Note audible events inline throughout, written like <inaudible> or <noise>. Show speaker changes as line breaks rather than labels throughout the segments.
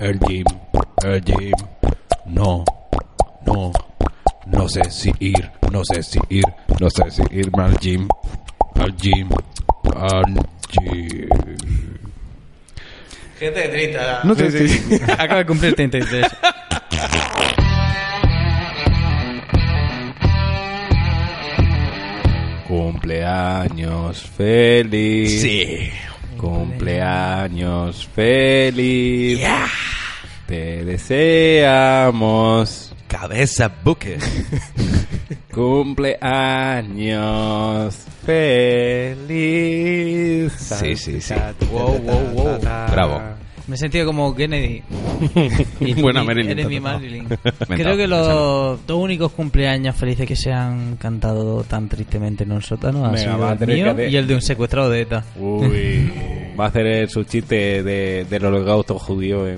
El gym, el gym. No, no, no sé si ir, no sé si ir, no sé si irme al gym, al gym, al gym.
Gente de 30.
No te
<laughs>
Acaba de cumplir 33.
Cumpleaños feliz.
Sí.
Cumpleaños feliz. Te deseamos
Cabeza Booker.
cumpleaños feliz.
Sí, sí, sí.
Wow, wow, wow.
Bravo.
Me he sentido como Kennedy. Y
Buena
mi-
Marilyn.
Eres mi
Monroe.
<laughs>
Marilyn.
Mentado,
Creo que los dos únicos cumpleaños felices que se han cantado tan tristemente en un sótano han
Venga, va
sido
a
el
tener que
mío
hacer-
y el de un secuestrado de ETA.
Uy. Va a hacer su chiste de, del holocausto judío
<laughs>
en,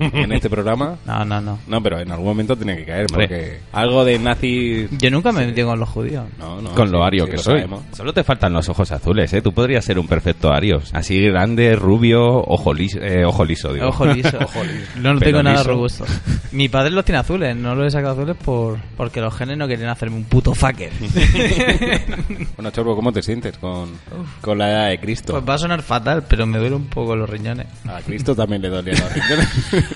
en este programa.
No, no, no.
No, pero en algún momento tiene que caer, porque algo de nazis...
Yo nunca me metí con los judíos.
No, no,
Con
sí,
lo ario
sí,
que
lo
soy.
sabemos.
Solo te faltan los ojos azules, ¿eh? Tú podrías ser un perfecto ario. Así grande, rubio, ojo liso, eh, ojo liso digo.
Ojo
<laughs>
liso. No, no
Pelo
tengo nada
liso.
robusto. Mi padre los tiene azules, no los he sacado azules por porque los genes no querían hacerme un puto
<laughs>
fucker.
Bueno, Chorbo, ¿cómo te sientes con, con la edad de Cristo?
Pues va a sonar fatal, pero me duele un poco los riñones.
A Cristo también le dolía los riñones.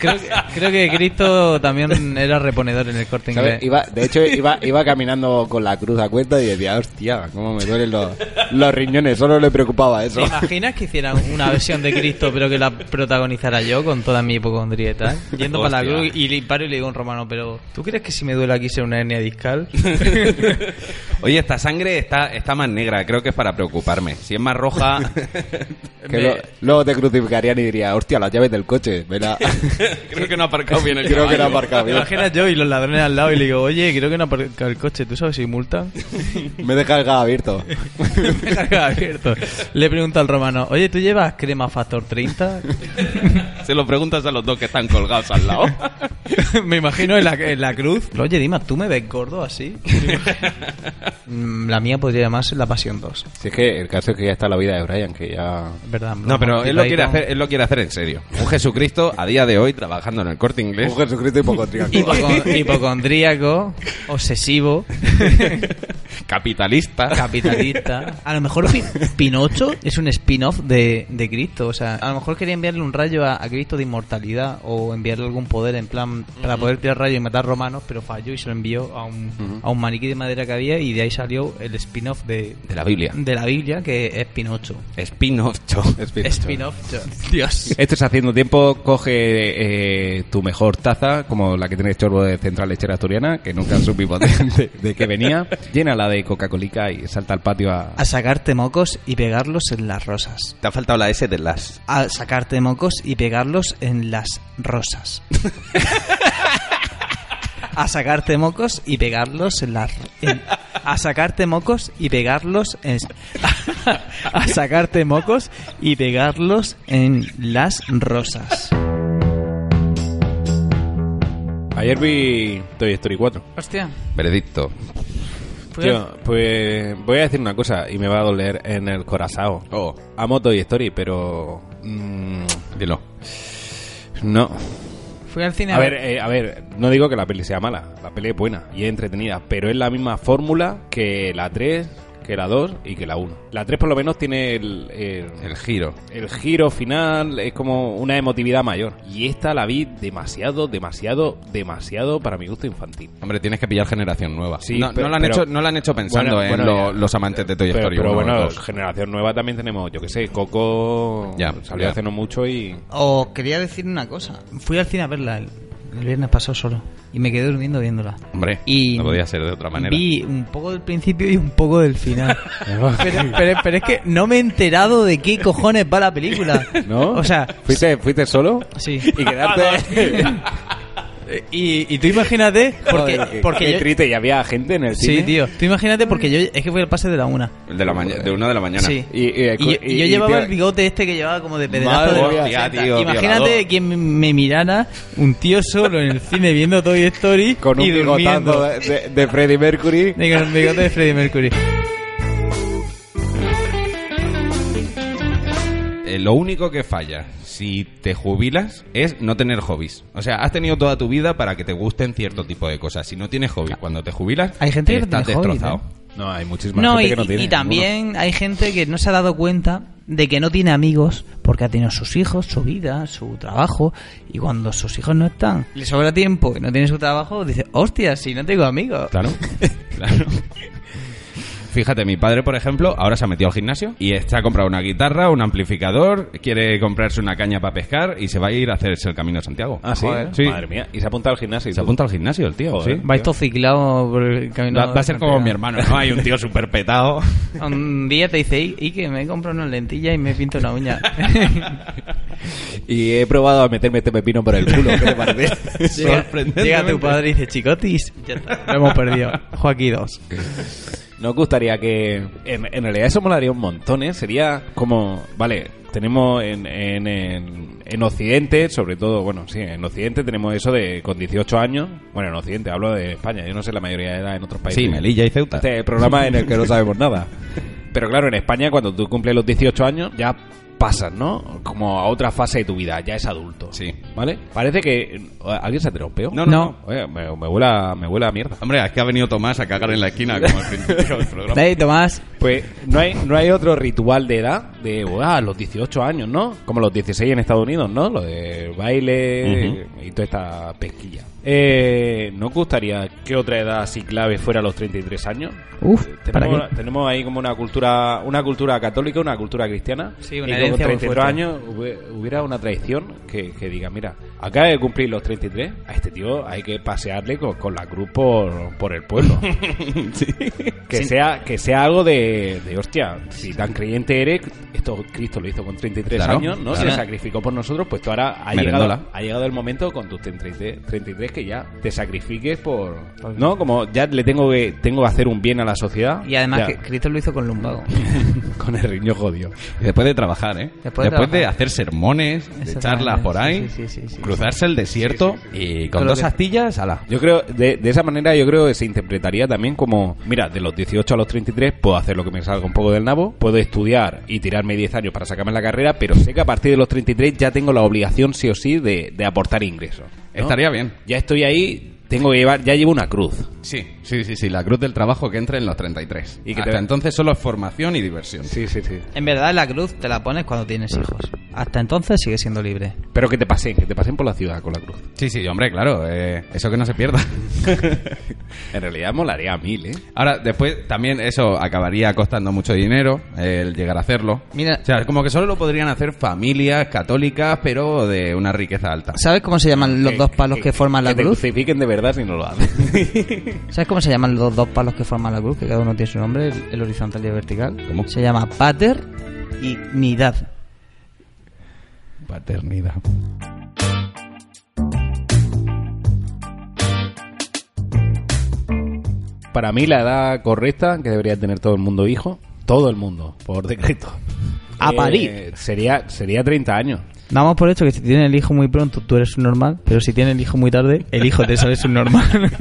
Creo que, creo que Cristo también era reponedor en el corte
¿Sabes?
inglés.
Iba, de hecho, iba, iba caminando con la cruz a cuenta y decía, hostia, cómo me duelen los, los riñones, solo le preocupaba eso.
¿Te imaginas que hicieran una versión de Cristo, pero que la protagonizara yo con toda mi hipocondría y tal? Yendo para la
Hostia.
cruz y le paro y le digo a un romano, pero ¿tú crees que si me duele aquí sea una hernia
<laughs>
discal?
Oye, esta sangre está, está más negra. Creo que es para preocuparme. Si es más <laughs> roja...
Que lo- luego te crucificarían y diría, hostia, las llaves del coche,
<laughs>
verá.
creo que no ha aparcado bien
<laughs>
el
Creo que no
caballo.
ha aparcado
¿Te
bien.
imaginas yo y los ladrones al lado y le digo, oye, creo que no ha aparcado el coche, ¿tú sabes si multa? <laughs>
Me deja el gas abierto.
Me cargaba abierto. Le pregunto al romano, oye, ¿tú llevas crema factor 30?
Se lo preguntas a los dos que están colgados al lado.
<laughs> me imagino en la, en la cruz. Oye, Dima, ¿tú me ves gordo
<laughs>
así? Mm, la mía podría llamarse La Pasión 2.
Si es que el caso es que ya está la vida de Brian, que ya...
Es ¿Verdad?
No, pero él lo quiere
Bacon.
hacer, él lo quiere hacer en serio. Un Jesucristo a día de hoy trabajando en el corte inglés.
Un Jesucristo hipocondríaco.
Hipocon- <laughs> hipocondríaco, <laughs> obsesivo,
Capitalista.
capitalista. A lo mejor Pi- Pinocho es un spin-off de, de Cristo. O sea, a lo mejor quería enviarle un rayo a, a Cristo de inmortalidad o enviarle algún poder en plan para poder tirar rayo y matar romanos, pero falló y se lo envió a un, a un maniquí de madera que había y de ahí salió el spin-off de,
de la Biblia.
de la Biblia que es Pinocho.
Spin-off. cho.
Spin-off. Dios.
Esto es Haciendo Tiempo, coge eh, tu mejor taza, como la que tiene Chorbo de Central Lechera Asturiana, que nunca supimos de, de- de qué venía, llénala de Coca-Colica y salta al patio a...
A sacarte mocos y pegarlos en las rosas.
Te ha faltado la S de las.
a sacarte mocos y pegarlos en las
<laughs>
rosas. a sacarte mocos y pegarlos en las en- a sacarte mocos y pegarlos en <laughs> a sacarte mocos y pegarlos en las rosas.
Ayer vi Toy Story 4.
Hostia.
Veredicto.
Tío, pues voy a decir una cosa y me va a doler en el corazón.
Oh,
Amo Toy Story, pero... mm,
dilo.
no.
fui al cine
A ver, eh, a ver, no digo que la peli sea mala, la peli es buena y es entretenida, pero es la misma fórmula que la 3, que la 2 y que la 1. La 3 por lo menos tiene el, el-
El giro.
el giro final, es como una emotividad mayor. Y esta la vi demasiado, demasiado, demasiado para mi gusto infantil.
Hombre, tienes que pillar generación nueva.
Sí,
no,
pero-
no lo han
pero-
hecho, no lo han hecho pensando
Bueno,
en
bueno,
lo-
ya.
los amantes de Toy
pero
Story.
pero
uno,
bueno,
dos.
generación nueva también tenemos, yo que sé, Coco
Ya,
salió
ya.
hace no mucho y...
Oh, Os quería decir una cosa. Fui al cine a verla el- el viernes pasado solo. Y me quedé durmiendo viéndola.
Hombre,
Y
no podía ser de otra manera.
Vi un poco del principio y un poco del
<laughs>
final.
Ah,
pero, pero- pero es que no me he enterado de qué cojones va la película.
<laughs> ¿No?
O sea,
¿Fuiste, fuiste solo?
sí.
Y quedarte.
<laughs> Y, y tú imagínate, porque,
Joder,
porque
qué
yo-
triste, y había gente en el cine.
Sí, tío. Tú imagínate porque yo... Es que fue el pase de la una.
De, la maña- de una de la mañana.
Sí.
Y- y-
Y, yo- y yo
y-
llevaba
tío-
el bigote este que llevaba como de
Madre
pedazo de
mía,
los 80.
tío,
Imagínate
violador.
quien me mirara, un tío solo en el cine viendo Toy Story
Con
y
un bigotazo
durmiendo.
de, de- de Freddie Mercury.
Y con el bigote de Freddie Mercury.
Eh, lo único que falla si te jubilas es no tener hobbies. O sea, has tenido toda tu vida para que te gusten cierto tipo de cosas. Si no tienes hobbies cuando te jubilas,
Hay gente que no
estás
tiene hobbies, ¿eh?
destrozado.
No, hay muchísima
No,
gente
y,
que no
y-
tiene.
y también hay gente que no se ha dado cuenta de que no tiene amigos porque ha tenido sus hijos, su vida, su trabajo. Y cuando sus hijos no están, le sobra tiempo y no tiene su trabajo, dice, hostia, si no tengo amigos.
Claro, <laughs> claro. Fíjate, mi padre, por ejemplo, ahora se ha metido al gimnasio y está ha comprado una guitarra, un amplificador, quiere comprarse una caña para pescar y se va a ir a hacerse el camino de Santiago.
Ah, ¿sí?
Joder. Sí.
Madre mía. Y se ha apuntado al gimnasio. y
Se
todo.
apunta al gimnasio el tío,
Joder.
sí.
Va esto ciclado por el camino.
Va, va a ser
de
como
Santiago.
mi hermano, ¿no? Hay
<laughs>
un tío súper petado.
Un día te dice, y que me compro una lentilla y me pinto una
<laughs>
uña.
Y he probado a meterme este pepino por el culo. ¿Qué te <laughs> parece?
llega, llega tu padre y dice, chicotis, ya está, lo hemos perdido. Joaquín 2.
Nos gustaría que... En, en realidad eso molaría un montón, ¿eh? Sería como... Vale, tenemos en, en, en, en Occidente, sobre todo... Bueno, sí, en Occidente tenemos eso de con 18 años... Bueno, en Occidente, hablo de España. Yo no sé la mayoría de edad en otros países.
Sí, Melilla y Ceuta.
Este programa en el que no sabemos nada. Pero claro, en España cuando tú cumples los 18 años ya pasas, ¿no? Como a otra fase de tu vida, ya es adulto.
Sí.
¿Vale? Parece que... eh, ¿Alguien se ha tirado un peo?
No, no, no.
Oye, me, me huela, me huela a mierda.
Hombre, es que ha venido Tomás a cagar en la esquina como al principio del programa.
Dale, Tomás.
Pues no hay, no hay otro ritual de edad de ah, los 18 años, ¿no? Como los 16 en Estados Unidos, ¿no? Lo de baile y toda esta pesquilla. Eh, ¿No os gustaría que otra edad así clave fuera los 33 años?
Eh,
Uf, ¿para
Tenemos, tenemos ahí como una cultura una cultura católica, una cultura cristiana.
Sí, una
y
herencia muy
con 33
fuerte.
años hubie- hubiera una tradición que, que diga, mira, acaba de cumplir los 33, a este tío hay que pasearle con, con la cruz por, por el
<laughs>
pueblo. Que sea, que sea algo de, de, hostia, si tan creyente eres, esto Cristo lo hizo con 33
Claro,
años, ¿no?
claro.
Se sacrificó por nosotros, pues tú ahora ha
Merendola.
llegado, ha llegado el momento con tus 33, 33 que ya te sacrifiques por... No, como ya le tengo que tengo que hacer un bien a la sociedad.
Pues Y además,
ya,
que Cristo lo hizo con lumbago.
con el riñón jodido.
Y Después de trabajar, ¿eh?
Después
Después
de
de,
trabajar.
hacer sermones, de
Exactamente,
charlas por
sí,
ahí,
sí, sí, sí, sí.
cruzarse el desierto y con
Con lo
dos
que-
astillas, ala.
Yo creo, de, de esa manera yo creo que se interpretaría también como, mira, de los 18 a los 33 puedo hacer lo que me salga un poco del nabo, puedo estudiar y tirarme 10 años para sacarme la carrera, pero sé que a partir de los 33 ya tengo la obligación sí o sí de, de aportar ingresos. ¿no?
Estaría bien.
Ya estoy ahí, tengo que llevar, ya llevo una cruz.
Sí, sí, sí, sí, la cruz del trabajo que entra en los 33.
Y
Y
que
que
te-
Hasta entonces solo es formación y diversión.
Sí, sí, sí.
En verdad, la cruz te la pones cuando tienes hijos. Hasta entonces sigue siendo libre.
Pero que te pasen, que te pasen por la ciudad con la cruz.
Sí, sí, hombre, claro, eh, eso que no
<laughs>
se pierda.
En realidad molaría a mil, ¿eh?
Ahora, después también eso acabaría costando mucho dinero eh, el llegar a hacerlo.
Mira-
o sea, como que solo lo podrían hacer familias católicas, pero de una riqueza alta.
¿Sabes cómo se llaman los dos palos que forman la
que
cruz?
Te crucifiquen de verdad si no lo hacen.
¿Sabes cómo se llaman los dos palos que forman la cruz? Que cada uno tiene su nombre, el, el horizontal y el vertical.
¿Cómo?
Se llama pater y nidad.
Paternidad.
<laughs> Para mí la edad correcta que debería tener todo el mundo hijo, todo el mundo, por decreto.
A
Eh,
parir.
Sería, sería 30 años.
Damos por hecho que si tienes el hijo muy pronto, tú eres un normal, pero si tienes el hijo muy tarde, el hijo te sale un normal.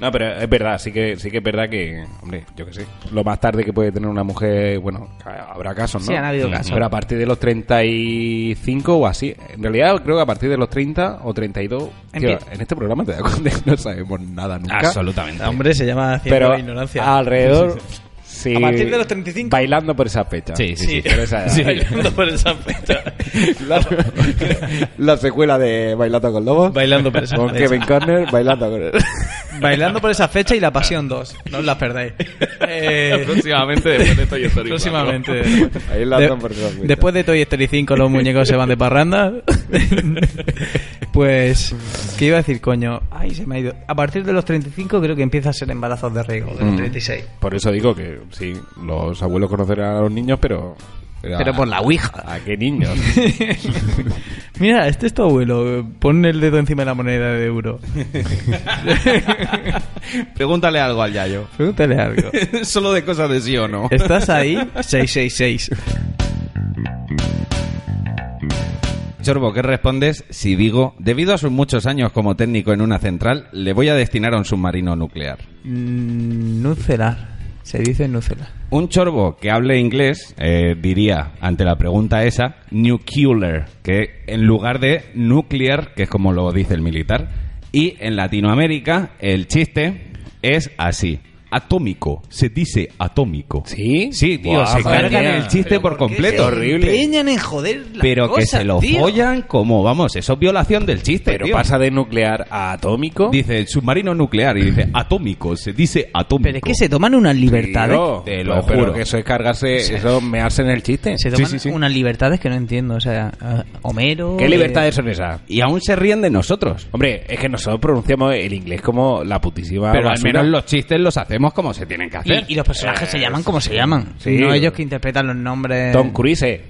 No, pero es verdad, sí que, sí que es verdad que, hombre, yo qué sé. Lo más tarde que puede tener una mujer, bueno, habrá casos, ¿no?
Sí, han habido casos.
Pero a partir de los 35 o así. En realidad creo que a partir de los 30 o 32... tío,
Empie-
en este programa te das cuenta que no sabemos nada nunca.
Absolutamente.
Hombre, se llama
Pero
la ignorancia.
alrededor... sí,
A partir de los 35.
Bailando por esa fecha.
Sí, sí, sí.
<laughs>
Pero <laughs> esa edad.
Bailando por esa fecha. <laughs>
La, la secuela de Bailando con Lobos.
Bailando por esa
Con
fecha.
Kevin Conner, Bailando con
Bailando por esa fecha y La Pasión 2. No os la perdáis. Eh,
Próximamente después de Toy Story
Próximamente.
Ahí la
De-
dan por gratuita.
después de Toy Story 5 los muñecos se van de parranda. pues, ¿qué iba a decir, coño? Ay, se me ha ido. A partir de los 35 creo que empieza a ser embarazos de riesgo, de los
Mm.
36.
Por eso digo que sí, los abuelos conocerán a los niños, pero.
Pero por la Ouija.
¿A qué niños?
<laughs> Mira, este es tu abuelo. Pon el dedo encima de la moneda de
<laughs>
euro.
Pregúntale algo al Yayo.
Pregúntale algo.
<laughs> Solo de cosas de sí o no.
¿Estás ahí? 666.
Chorbo, ¿qué respondes si digo, debido a sus muchos años como técnico en una central, le voy a destinar a un submarino nuclear?
Mm, Nucelar. Se dice nucelar.
Un chorbo que hable inglés eh, diría, ante la pregunta esa, nuclear, que en lugar de nuclear, que es como lo dice el militar, y en Latinoamérica el chiste es así. Atómico, se dice atómico.
¿Sí?
<laughs> Sí, tío,
Guau,
se
madre
cargan
mía.
el chiste por completo.
horrible.
Peñan en joder las
Pero que
cosas,
se lo
tío.
follan como, vamos, eso es violación del chiste,
Pero
tío.
pasa de nuclear a atómico.
Dice submarino nuclear y dice atómico, se dice atómico.
Pero es que se toman unas libertades.
Tío,
Te lo
pero
juro.
que eso es cargarse, eso mearse en el chiste.
Se toman unas libertades que no entiendo. O sea, a- Homero.
¿Qué
eh,
libertades son esas?
Y aún se ríen de nosotros.
Hombre, es que nosotros pronunciamos el inglés como la putísima.
Pero al
basura.
menos los chistes los hacemos como se tienen que hacer.
Y, y los personajes se llaman como se llaman.
Sí.
No ellos que interpretan los nombres.
Tom Cruise. eh.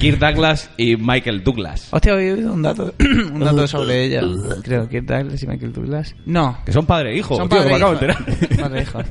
Kirk Douglas y Michael Douglas.
Hostia, había oído un dato, <clears throat> un
Uh.
dato sobre ella. Creo que Douglas y Michael Douglas. No.
Que son padre e hijo.
Son
tío,
<laughs>
que
padre
me acabo de
e hijo.
enterar.
Madre hija.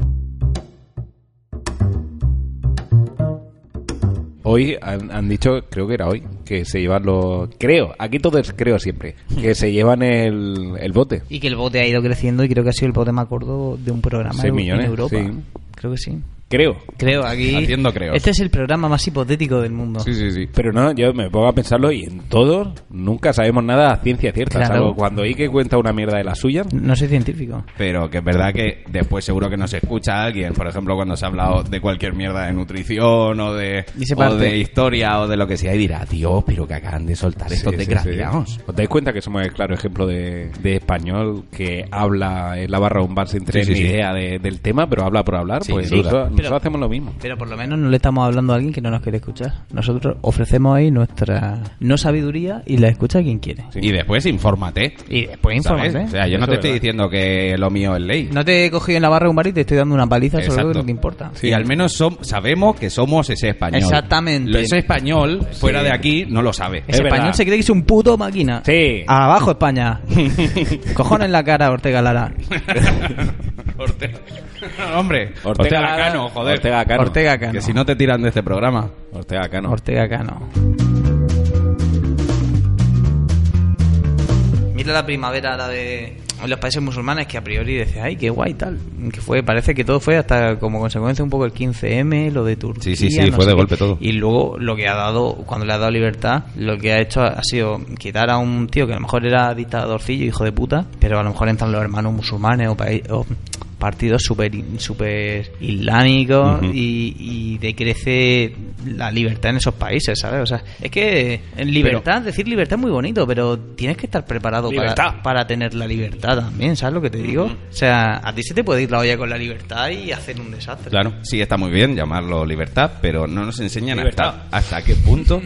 Hoy han, han dicho, creo que era hoy, que se llevan los. Creo, aquí todo es creo siempre.
<laughs>
Que se llevan el, el bote.
Y que el bote ha ido creciendo y creo que ha sido el bote más gordo de un programa
Seis
en-
millones,
en Europa.
sí.
Creo que sí.
Creo.
Creo, aquí.
Haciendo creos.
Este es el programa más hipotético del mundo.
sí, sí.
Pero no, yo me pongo a pensarlo y en todo nunca sabemos nada a ciencia cierta.
Claro.
Salvo cuando Ike cuenta una mierda de la suya.
No soy científico.
Pero que es verdad que después seguro que nos escucha alguien, por ejemplo, cuando se ha hablado de cualquier mierda de nutrición o de,
Y se
o
parte.
de historia o de lo que sea, y dirá, Dios, pero que acaban de soltar estos
Sí, sí,
desgraciados.
sí. ¿Os dais cuenta que somos el claro ejemplo de, de español que habla en la barra de un bar sin tener
Sí, sí,
ni
sí.
idea de- del tema, pero habla por hablar?
Sin
pues
duda.
nosotros, nosotros
Pero-
hacemos lo mismo.
Pero por lo menos no le estamos hablando a alguien que no nos quiere escuchar. Nosotros ofrecemos ahí nuestra no sabiduría y la escucha quien quiere.
Sí.
Y después infórmate.
Y después
¿sabes?
infórmate.
O sea, yo no
Eso
te
es
estoy
verdad.
diciendo que lo mío es ley.
No te he cogido en la barra de un bar y te estoy dando una paliza sobre
Exacto.
lo que te importa.
Y al menos som- sabemos que somos ese español.
Exactamente.
Lo- Ese español, fuera de aquí, no lo sabe.
Ese
Es
español
verdad.
se cree que es un puto máquina.
Sí.
Abajo
<laughs>
España. Cojones en la cara, Ortega Lara.
Ortega. Hombre, Ortega,
Lara-
Cano, joder.
Ortega Cano.
Ortega Cano.
Que si no te tiran de este programa.
Ortega Cano.
Ortega Cano. Mira la primavera la de en los países musulmanes que a priori decía, ay, qué guay tal. Que fue, parece que todo fue hasta como consecuencia un poco el 15M, lo de Turquía.
Sí, sí, sí,
no
fue
sé
de
qué.
golpe todo.
Y luego lo que ha dado, cuando le ha dado libertad, lo que ha hecho ha sido quitar a un tío que a lo mejor era dictadorcillo, hijo de puta, pero a lo mejor entran los hermanos musulmanes o, paí- o partidos súper super islámicos
Ujú.
y, y decrece la libertad en esos países, ¿sabes? O sea, es que en libertad, decir libertad es muy bonito, pero tienes que estar preparado para, para tener la libertad también, ¿sabes lo que te digo? O sea, a ti se te puede ir la olla con la libertad y hacer un desastre.
Claro, sí está muy bien llamarlo libertad, pero no nos enseñan
Libertad.
hasta, hasta qué punto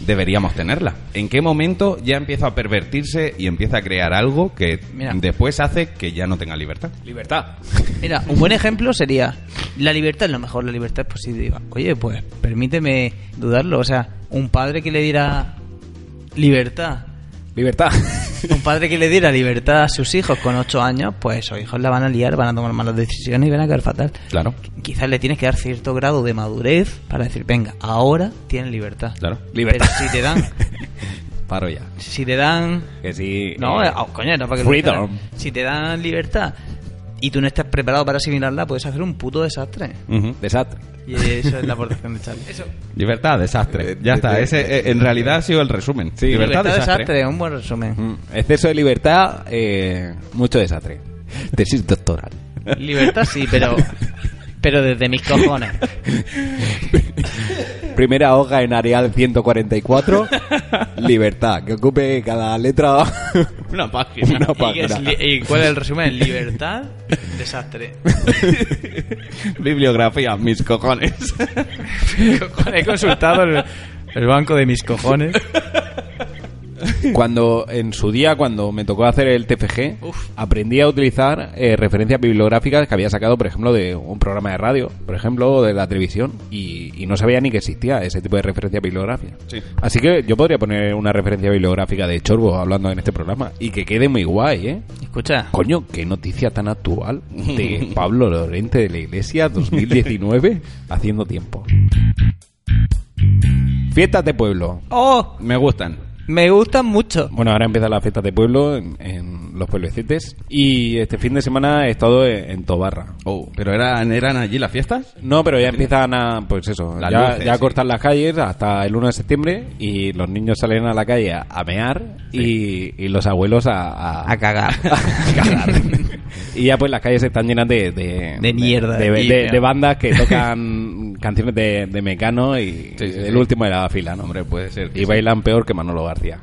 deberíamos tenerla. ¿En qué momento ya empieza a pervertirse y empieza a crear algo que
Mira.
después hace que ya no tenga libertad?
Libertad.
Mira, un buen ejemplo sería la libertad es lo mejor, la libertad es positiva. Oye, pues permíteme dudarlo, o sea, un padre que le diera libertad, <laughs>
Libertad.
un padre que le diera libertad a sus hijos con 8 años, pues esos hijos la van a liar, van a tomar malas decisiones y van a caer fatal.
Claro,
Quizás le tienes que dar cierto grado de madurez para decir, venga, ahora tienen libertad.
claro.
Libertad.
Pero si te dan,
<laughs> Paro ya.
si te dan
Que sí.
No,
eh,
eh, oh, coño, era para que lo
Freedom.
dijera. Si te dan libertad y tú no estás preparado para asimilarla, puedes hacer un puto desastre.
Ujú.
Desastre.
Y eso es la aportación de Charlie. Eso.
Libertad, desastre. Ya está, ese eh, en realidad ha sido el resumen.
Libertad, desastre. un buen resumen.
Mm, Exceso de libertad, eh, mucho desastre. Tesis doctoral.
Libertad sí, pero pero desde mis cojones.
Primera hoja en Areal 144. Libertad. Que ocupe cada letra.
Una página.
Una
¿Y, es
página.
li- y cuál es el resumen? Libertad, desastre.
Bibliografía, mis cojones.
<laughs> He consultado el, el banco de mis cojones.
Cuando en su día, cuando me tocó hacer el TFG,
Uf.
aprendí a utilizar eh, referencias bibliográficas que había sacado, por ejemplo, de un programa de radio, por ejemplo, o de la televisión, y, y no sabía ni que existía ese tipo de referencia bibliográfica. Así que yo podría poner una referencia bibliográfica de Chorbo hablando en este programa y que quede muy guay, ¿eh?
Escucha,
Coño, qué noticia tan actual
<laughs>
de Pablo Lorente de la Iglesia 2019 haciendo tiempo. Fiestas de pueblo.
¡Oh!
Me gustan.
Me gustan mucho.
Bueno, ahora empiezan las fiestas de pueblo en, en los pueblecetes. Y este fin de semana he estado en, en Tobarra.
Oh, ¿Pero eran, eran allí las fiestas?
No, pero ya empiezan a, pues eso,
Las
ya,
luces,
ya
sí.
cortan las calles hasta el 1 de septiembre y los niños salen a la calle a, a mear y, y los abuelos a,
<laughs>
a-
A cagar.
a cagar. y ya pues las calles están llenas de... De,
De mierda,
De,
de
de-
mierda.
de bandas que <laughs> tocan canciones de, de Mecano y
Sí, sí,
el
sí.
último de la fila, ¿no?
Hombre, puede ser. que
Y
sí.
bailan peor que Manolo García. <laughs>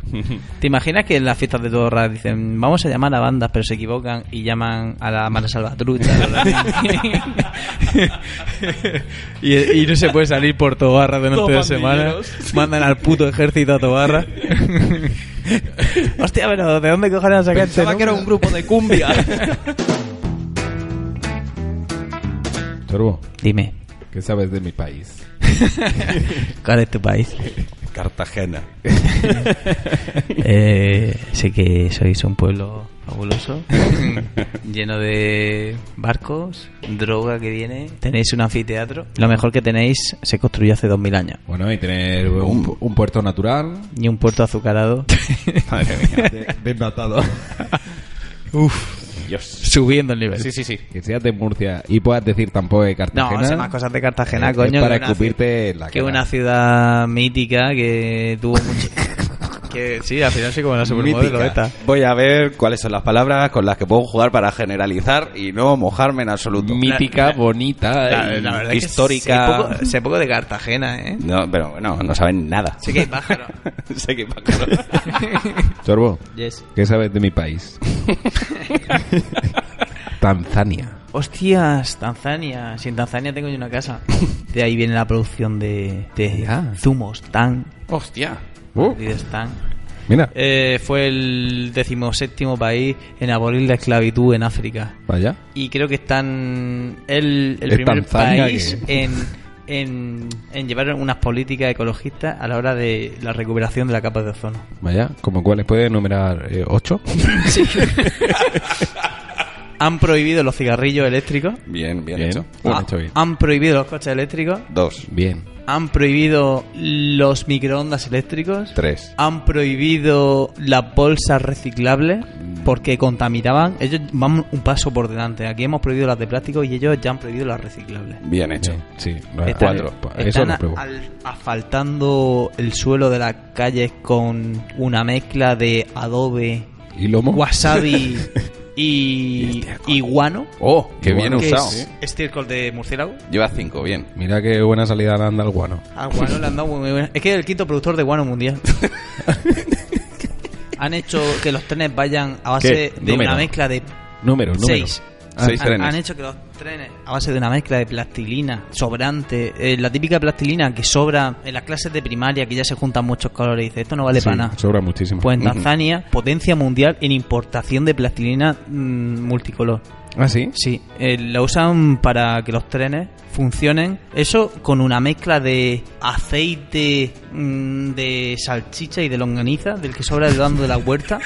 ¿Te imaginas que en las fiestas de todo raro dicen vamos a llamar a bandas, pero se equivocan y llaman a la Mara Salvatrucha? <laughs> y, y no se puede salir por Tobarra durante dos semanas. Mandan al puto ejército a Tobarra. <laughs> Hostia, pero ¿de dónde cojones a sacar este
Pensaba que era
número?
un grupo de cumbia.
<laughs>
Chorbo,
Dime,
¿qué sabes de mi país?
<laughs> ¿cuál es tu país?
Cartagena.
<laughs> Eh, sé que sois un pueblo
<laughs>
fabuloso, lleno de barcos, droga que viene. Tenéis un anfiteatro. Lo mejor que tenéis se construyó hace 2000 años.
Bueno, y tener un, pu- un puerto natural.
Y un
<laughs>
puerto azucarado
Madre mía.
de- Desnatado.
subiendo el nivel.
sí, sí.
que seas de Murcia y puedas decir tampoco de
No,
Cartagena.
sé más cosas de Cartagena,
Eh, Es- es
coño.
para
que una
escupirte en la
ci- Que
cara.
una ciudad mítica que
<laughs>
tuvo mucho... que sí, al final soy como la supermodelo
Mítica.
esta.
Voy a ver cuáles son las palabras con las que puedo jugar para generalizar y no mojarme en absoluto.
Mítica,
pues,
bonita.
La,
y-
la verdad Es
histórica.
que sé poco, sé poco de Cartagena, ¿eh?
No, pero bueno, no saben nada. <laughs>
Sí que hay pájaros.
sé que pájaro. <laughs>
Chorbo,
<laughs> Yes.
¿qué sabes de mi país? Tanzania.
Hostias, Tanzania. Si en Tanzania tengo yo una casa. De ahí viene la producción de, de
Ya.
zumos, tan.
Hostia.
Uh,
y de stan.
mira,
Eh, fue el decimoséptimo país en abolir la esclavitud en África.
vaya.
Y creo que están el, el
Es
primer
Tanzania
país
que-
en, en, en llevar unas políticas ecologistas a la hora de la recuperación de la capa de ozono.
Vaya, como cuáles puede enumerar eh, ocho.
Han prohibido los cigarrillos eléctricos.
Bien, bien,
Bien.
hecho. Ah.
Bueno,
Ha-
hecho bien.
han prohibido los coches eléctricos.
Dos.
Bien.
Han prohibido los microondas eléctricos.
Tres.
Han prohibido las bolsas reciclables
Mm.
porque contaminaban. Ellos van un paso por delante. Aquí hemos prohibido las de plástico y ellos ya han prohibido las reciclables.
Bien hecho.
Bien, Sí, no,
Están,
cuatro. pues, Eso
están
lo pruebo.
al- asfaltando el suelo de las calles con una mezcla de adobe,
¿Y lomo? <laughs>
wasabi y,
este
y guano.
Oh, qué
Igual
bien
que
usado.
es estiércol de murciélago.
Lleva cinco, bien.
Mira qué buena salida le han dado al guano.
A Ah, Guano le han dado muy- muy buena- Es que es el quinto productor de Guano
<laughs>
Mundial. han hecho que los trenes vayan a base
¿Qué?
de
Número.
una mezcla de
Número, número.
seis.
Ah, seis
han,
trenes.
han hecho que los trenes a base de una mezcla de plastilina sobrante, eh, la típica plastilina que sobra en las clases de primaria, que ya se juntan muchos colores y dice esto no vale
Sí,
para nada.
sobra muchísimo.
Pues en Tanzania, potencia mundial en importación de plastilina mm, multicolor.
¿Ah, sí?
Sí, eh, la usan para que los trenes funcionen. Eso con una mezcla de aceite, mm, de salchicha y de longaniza, del que sobra del bando de
<laughs>
la huerta.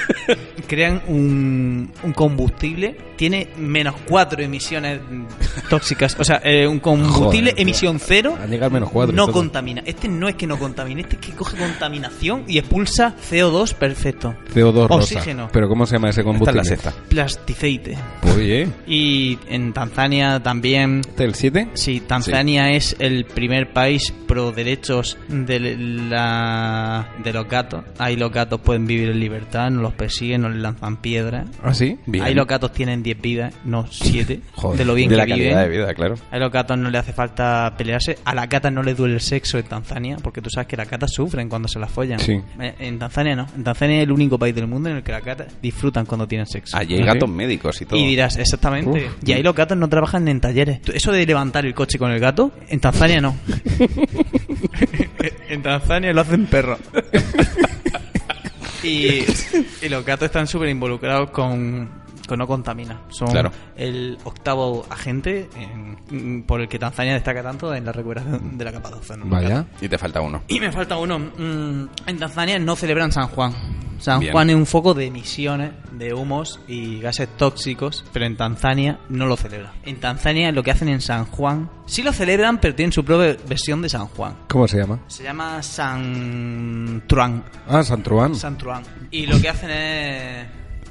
Crean un, un combustible. Tiene menos cuatro emisiones mm, tóxicas. O sea, eh, un combustible
Joder, tío.
emisión cero.
Han llegado menos cuatro.
No
entonces.
contamina. Este no es que no contamine, este es que coge contaminación y expulsa CO2 perfecto.
CO2 rosa.
Oxígeno.
Pero ¿cómo se llama ese combustible?
Esta es la
Plasticeite.
Pues
Oye,
Y en Tanzania también
¿este es el 7?
Sí, si Tanzania es el primer país pro derechos de, la, de los gatos, ahí los gatos pueden vivir en libertad, no los persiguen, no les lanzan piedras.
¿Ah, sí?
Ahí los gatos tienen 10 vidas, no
<laughs>
7,
Joder,
de lo bien
de
que
la calidad de
viven.
vida, claro.
A los gatos no le hace falta pelearse. A las gatas no les duele el sexo en Tanzania, porque tú sabes que las gatas sufren cuando se las follan.
Sí.
Eh, En Tanzania no. En Tanzania es el único país del mundo en el que las gatas disfrutan cuando tienen sexo.
Allí hay gatos médicos Ah, y todo.
Y dirás, exactamente. Y ahí los gatos no trabajan en talleres. Tú- Eso de levantar el coche con el gato, en Tanzania no. en Tanzania lo hacen perros. <laughs> y, y los gatos están súper involucrados con, con no contamina. Son
Claro.
el octavo agente en- por el que Tanzania destaca tanto en la recuperación de la capa de ozono.
Vaya.
Y te falta uno.
Y me falta uno. Mm, en Tanzania no celebran San Juan. San
Bien.
Juan es un foco de emisiones, de humos y gases tóxicos, pero en Tanzania no lo celebran. En Tanzania lo que hacen en San Juan, sí lo celebran, pero tienen su propia versión de San Juan.
¿Cómo se llama?
Se llama San Truan.
Ah, San
Mm.
Truán.
San Truan. Y lo que hacen es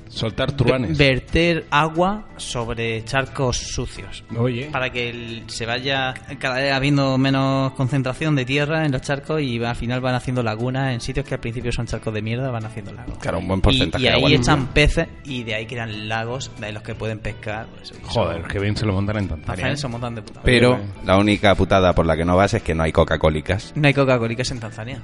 Soltar truanes.
verter agua sobre charcos sucios
Oye.
para que el- se vaya cada vez habiendo menos concentración de tierra en los charcos y va- al final van haciendo lagunas en sitios que al principio son charcos de mierda, van haciendo lagos.
Claro, un buen
Y-
porcentaje
Y,
de agua
ahí
limpia.
echan peces y de ahí crean lagos de ahí los que pueden pescar. Pues, eso,
Joder,
son-
qué bien se lo montan en
Tanzania
Tanzania.
son un montón de putas.
Pero la única putada por la que no vas es que no hay Coca-Colicas.
No hay Coca-Colicas en Tanzania.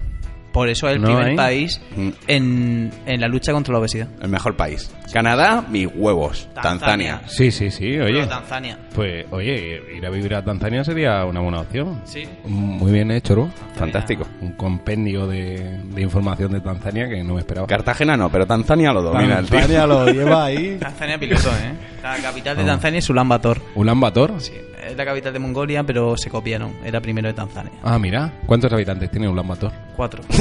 Por eso es el
No
primer
hay.
país
Mm.
en, en la lucha contra la obesidad.
El mejor país. Canadá, mis huevos. Tanzania.
Tanzania.
Sí, sí, sí, oye.
Pero Tanzania.
Pues, oye, ir a vivir a Tanzania sería una buena opción.
Sí.
Muy bien hecho, ¿no?
Fantástico.
Un compendio de, de información de Tanzania que no me esperaba.
Cartagena no, pero Tanzania lo domina el tío.
Tanzania
<laughs>
lo lleva ahí.
Tanzania piloto, ¿eh? La capital de Tanzania es Ulan Bator.
¿Ulan Bator?
Sí, es la capital de Mongolia, pero se copiaron. Era primero de Tanzania.
Ah, mira. ¿Cuántos habitantes tiene Ulan Bator?
Cuatro. <laughs>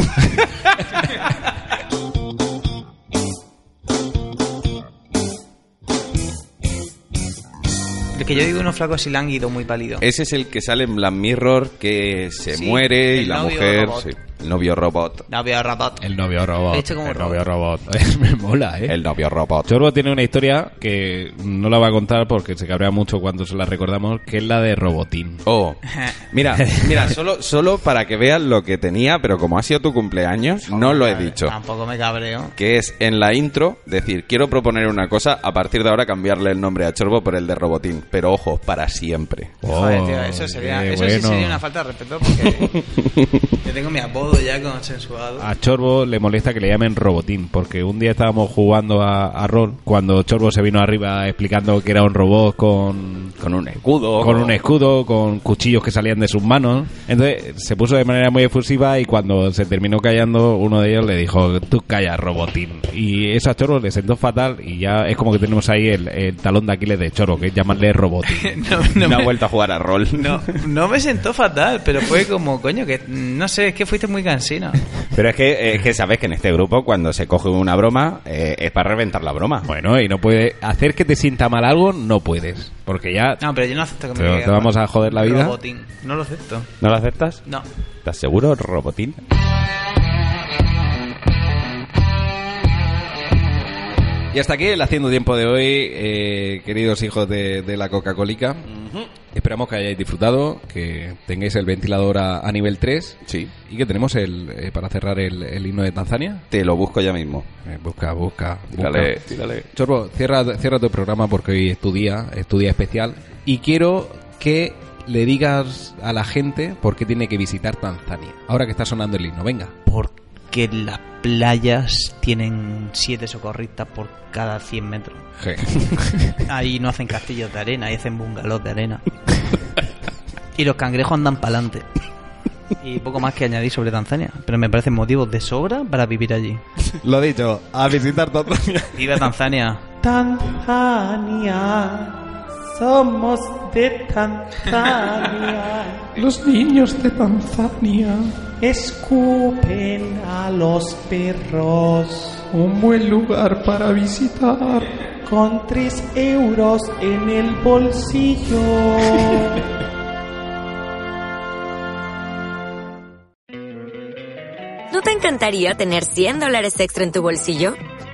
Lo que yo digo unos flacos así lánguido, muy pálido.
Eh.
Ese es el que sale en Black Mirror, que se
Sí,
muere y
el
la
novio
mujer...
robot.
sí, el novio robot.
No veo rabat.
El novio robot.
He hecho como
el
robot.
novio robot. <laughs> me mola, ¿eh?
El novio robot.
Chorbo tiene una historia que no la va a contar porque se cabrea mucho cuando se la recordamos, que es la de Robotín.
Oh, <laughs> mira, mira, solo, solo para que veas lo que tenía, pero como ha sido tu cumpleaños, no lo he dicho.
Tampoco me cabreo.
Que es en la intro decir, quiero proponer una cosa, a partir de ahora cambiarle el nombre a Chorbo por el de Robotín. Pero ojo, para siempre.
Joder, tío, eso, sería,
Oh, qué
eso sí
bueno.
sería una falta de respeto porque yo tengo mi apodo ya consensuado.
A Chorbo le molesta que le llamen Robotín, porque un día estábamos jugando a, a rol cuando Chorbo se vino arriba explicando que era un robot con,
Con un escudo.
con un escudo, con cuchillos que salían de sus manos. Entonces se puso de manera muy efusiva y cuando se terminó callando, uno de ellos le dijo, tú calla, Robotín. Y eso a Chorbo le sentó fatal y ya es como que tenemos ahí el, el talón de Aquiles de Chorbo, que es llamarle Robotín.
<laughs> No,
<laughs> No,
no
ha
me-
vuelto a jugar a <laughs> rol.
No, no me sentó fatal, pero fue como, coño, que no sé, es que fuiste muy cansino.
Pero es que, es que sabes que en este grupo, cuando se coge una broma, eh, es para reventar la broma.
bueno, y no puede hacer que te sienta mal algo, no puedes, porque ya
No, pero yo no acepto que me
Pero
digas
te vamos a joder la vida.
Robotín. No lo acepto.
¿No lo aceptas?
No.
¿Estás seguro, Robotín?
Y hasta aquí el Haciendo Tiempo de hoy, eh, queridos hijos de, de la Coca-Colica.
Esperamos que hayáis disfrutado, que tengáis el ventilador a, a nivel 3
Sí.
y que tenemos el eh, para cerrar el, el himno de Tanzania.
Te lo busco ya mismo.
Eh, busca, busca, busca.
Tírale, tírale.
Chorbo, cierra, cierra tu programa porque hoy es tu día, es tu día especial. Y quiero que le digas a la gente por qué tiene que visitar Tanzania. Ahora que está sonando el himno, venga.
Porque las playas tienen siete socorristas por cada 100 metros.
Je.
Ahí no hacen castillos de arena, ahí hacen bungalows de
<laughs>
arena. Y los cangrejos andan pa'lante. Y poco más que añadir sobre Tanzania. Pero me parecen motivos de sobra para vivir allí.
Lo dicho, a visitar Tanzania.
Viva Tanzania. Tanzania, somos de Tanzania.
Los niños de Tanzania,
Escupen a los perros.
un buen lugar para visitar.
Con tres euros en el bolsillo.
¿No te encantaría tener 100 dólares extra en tu bolsillo?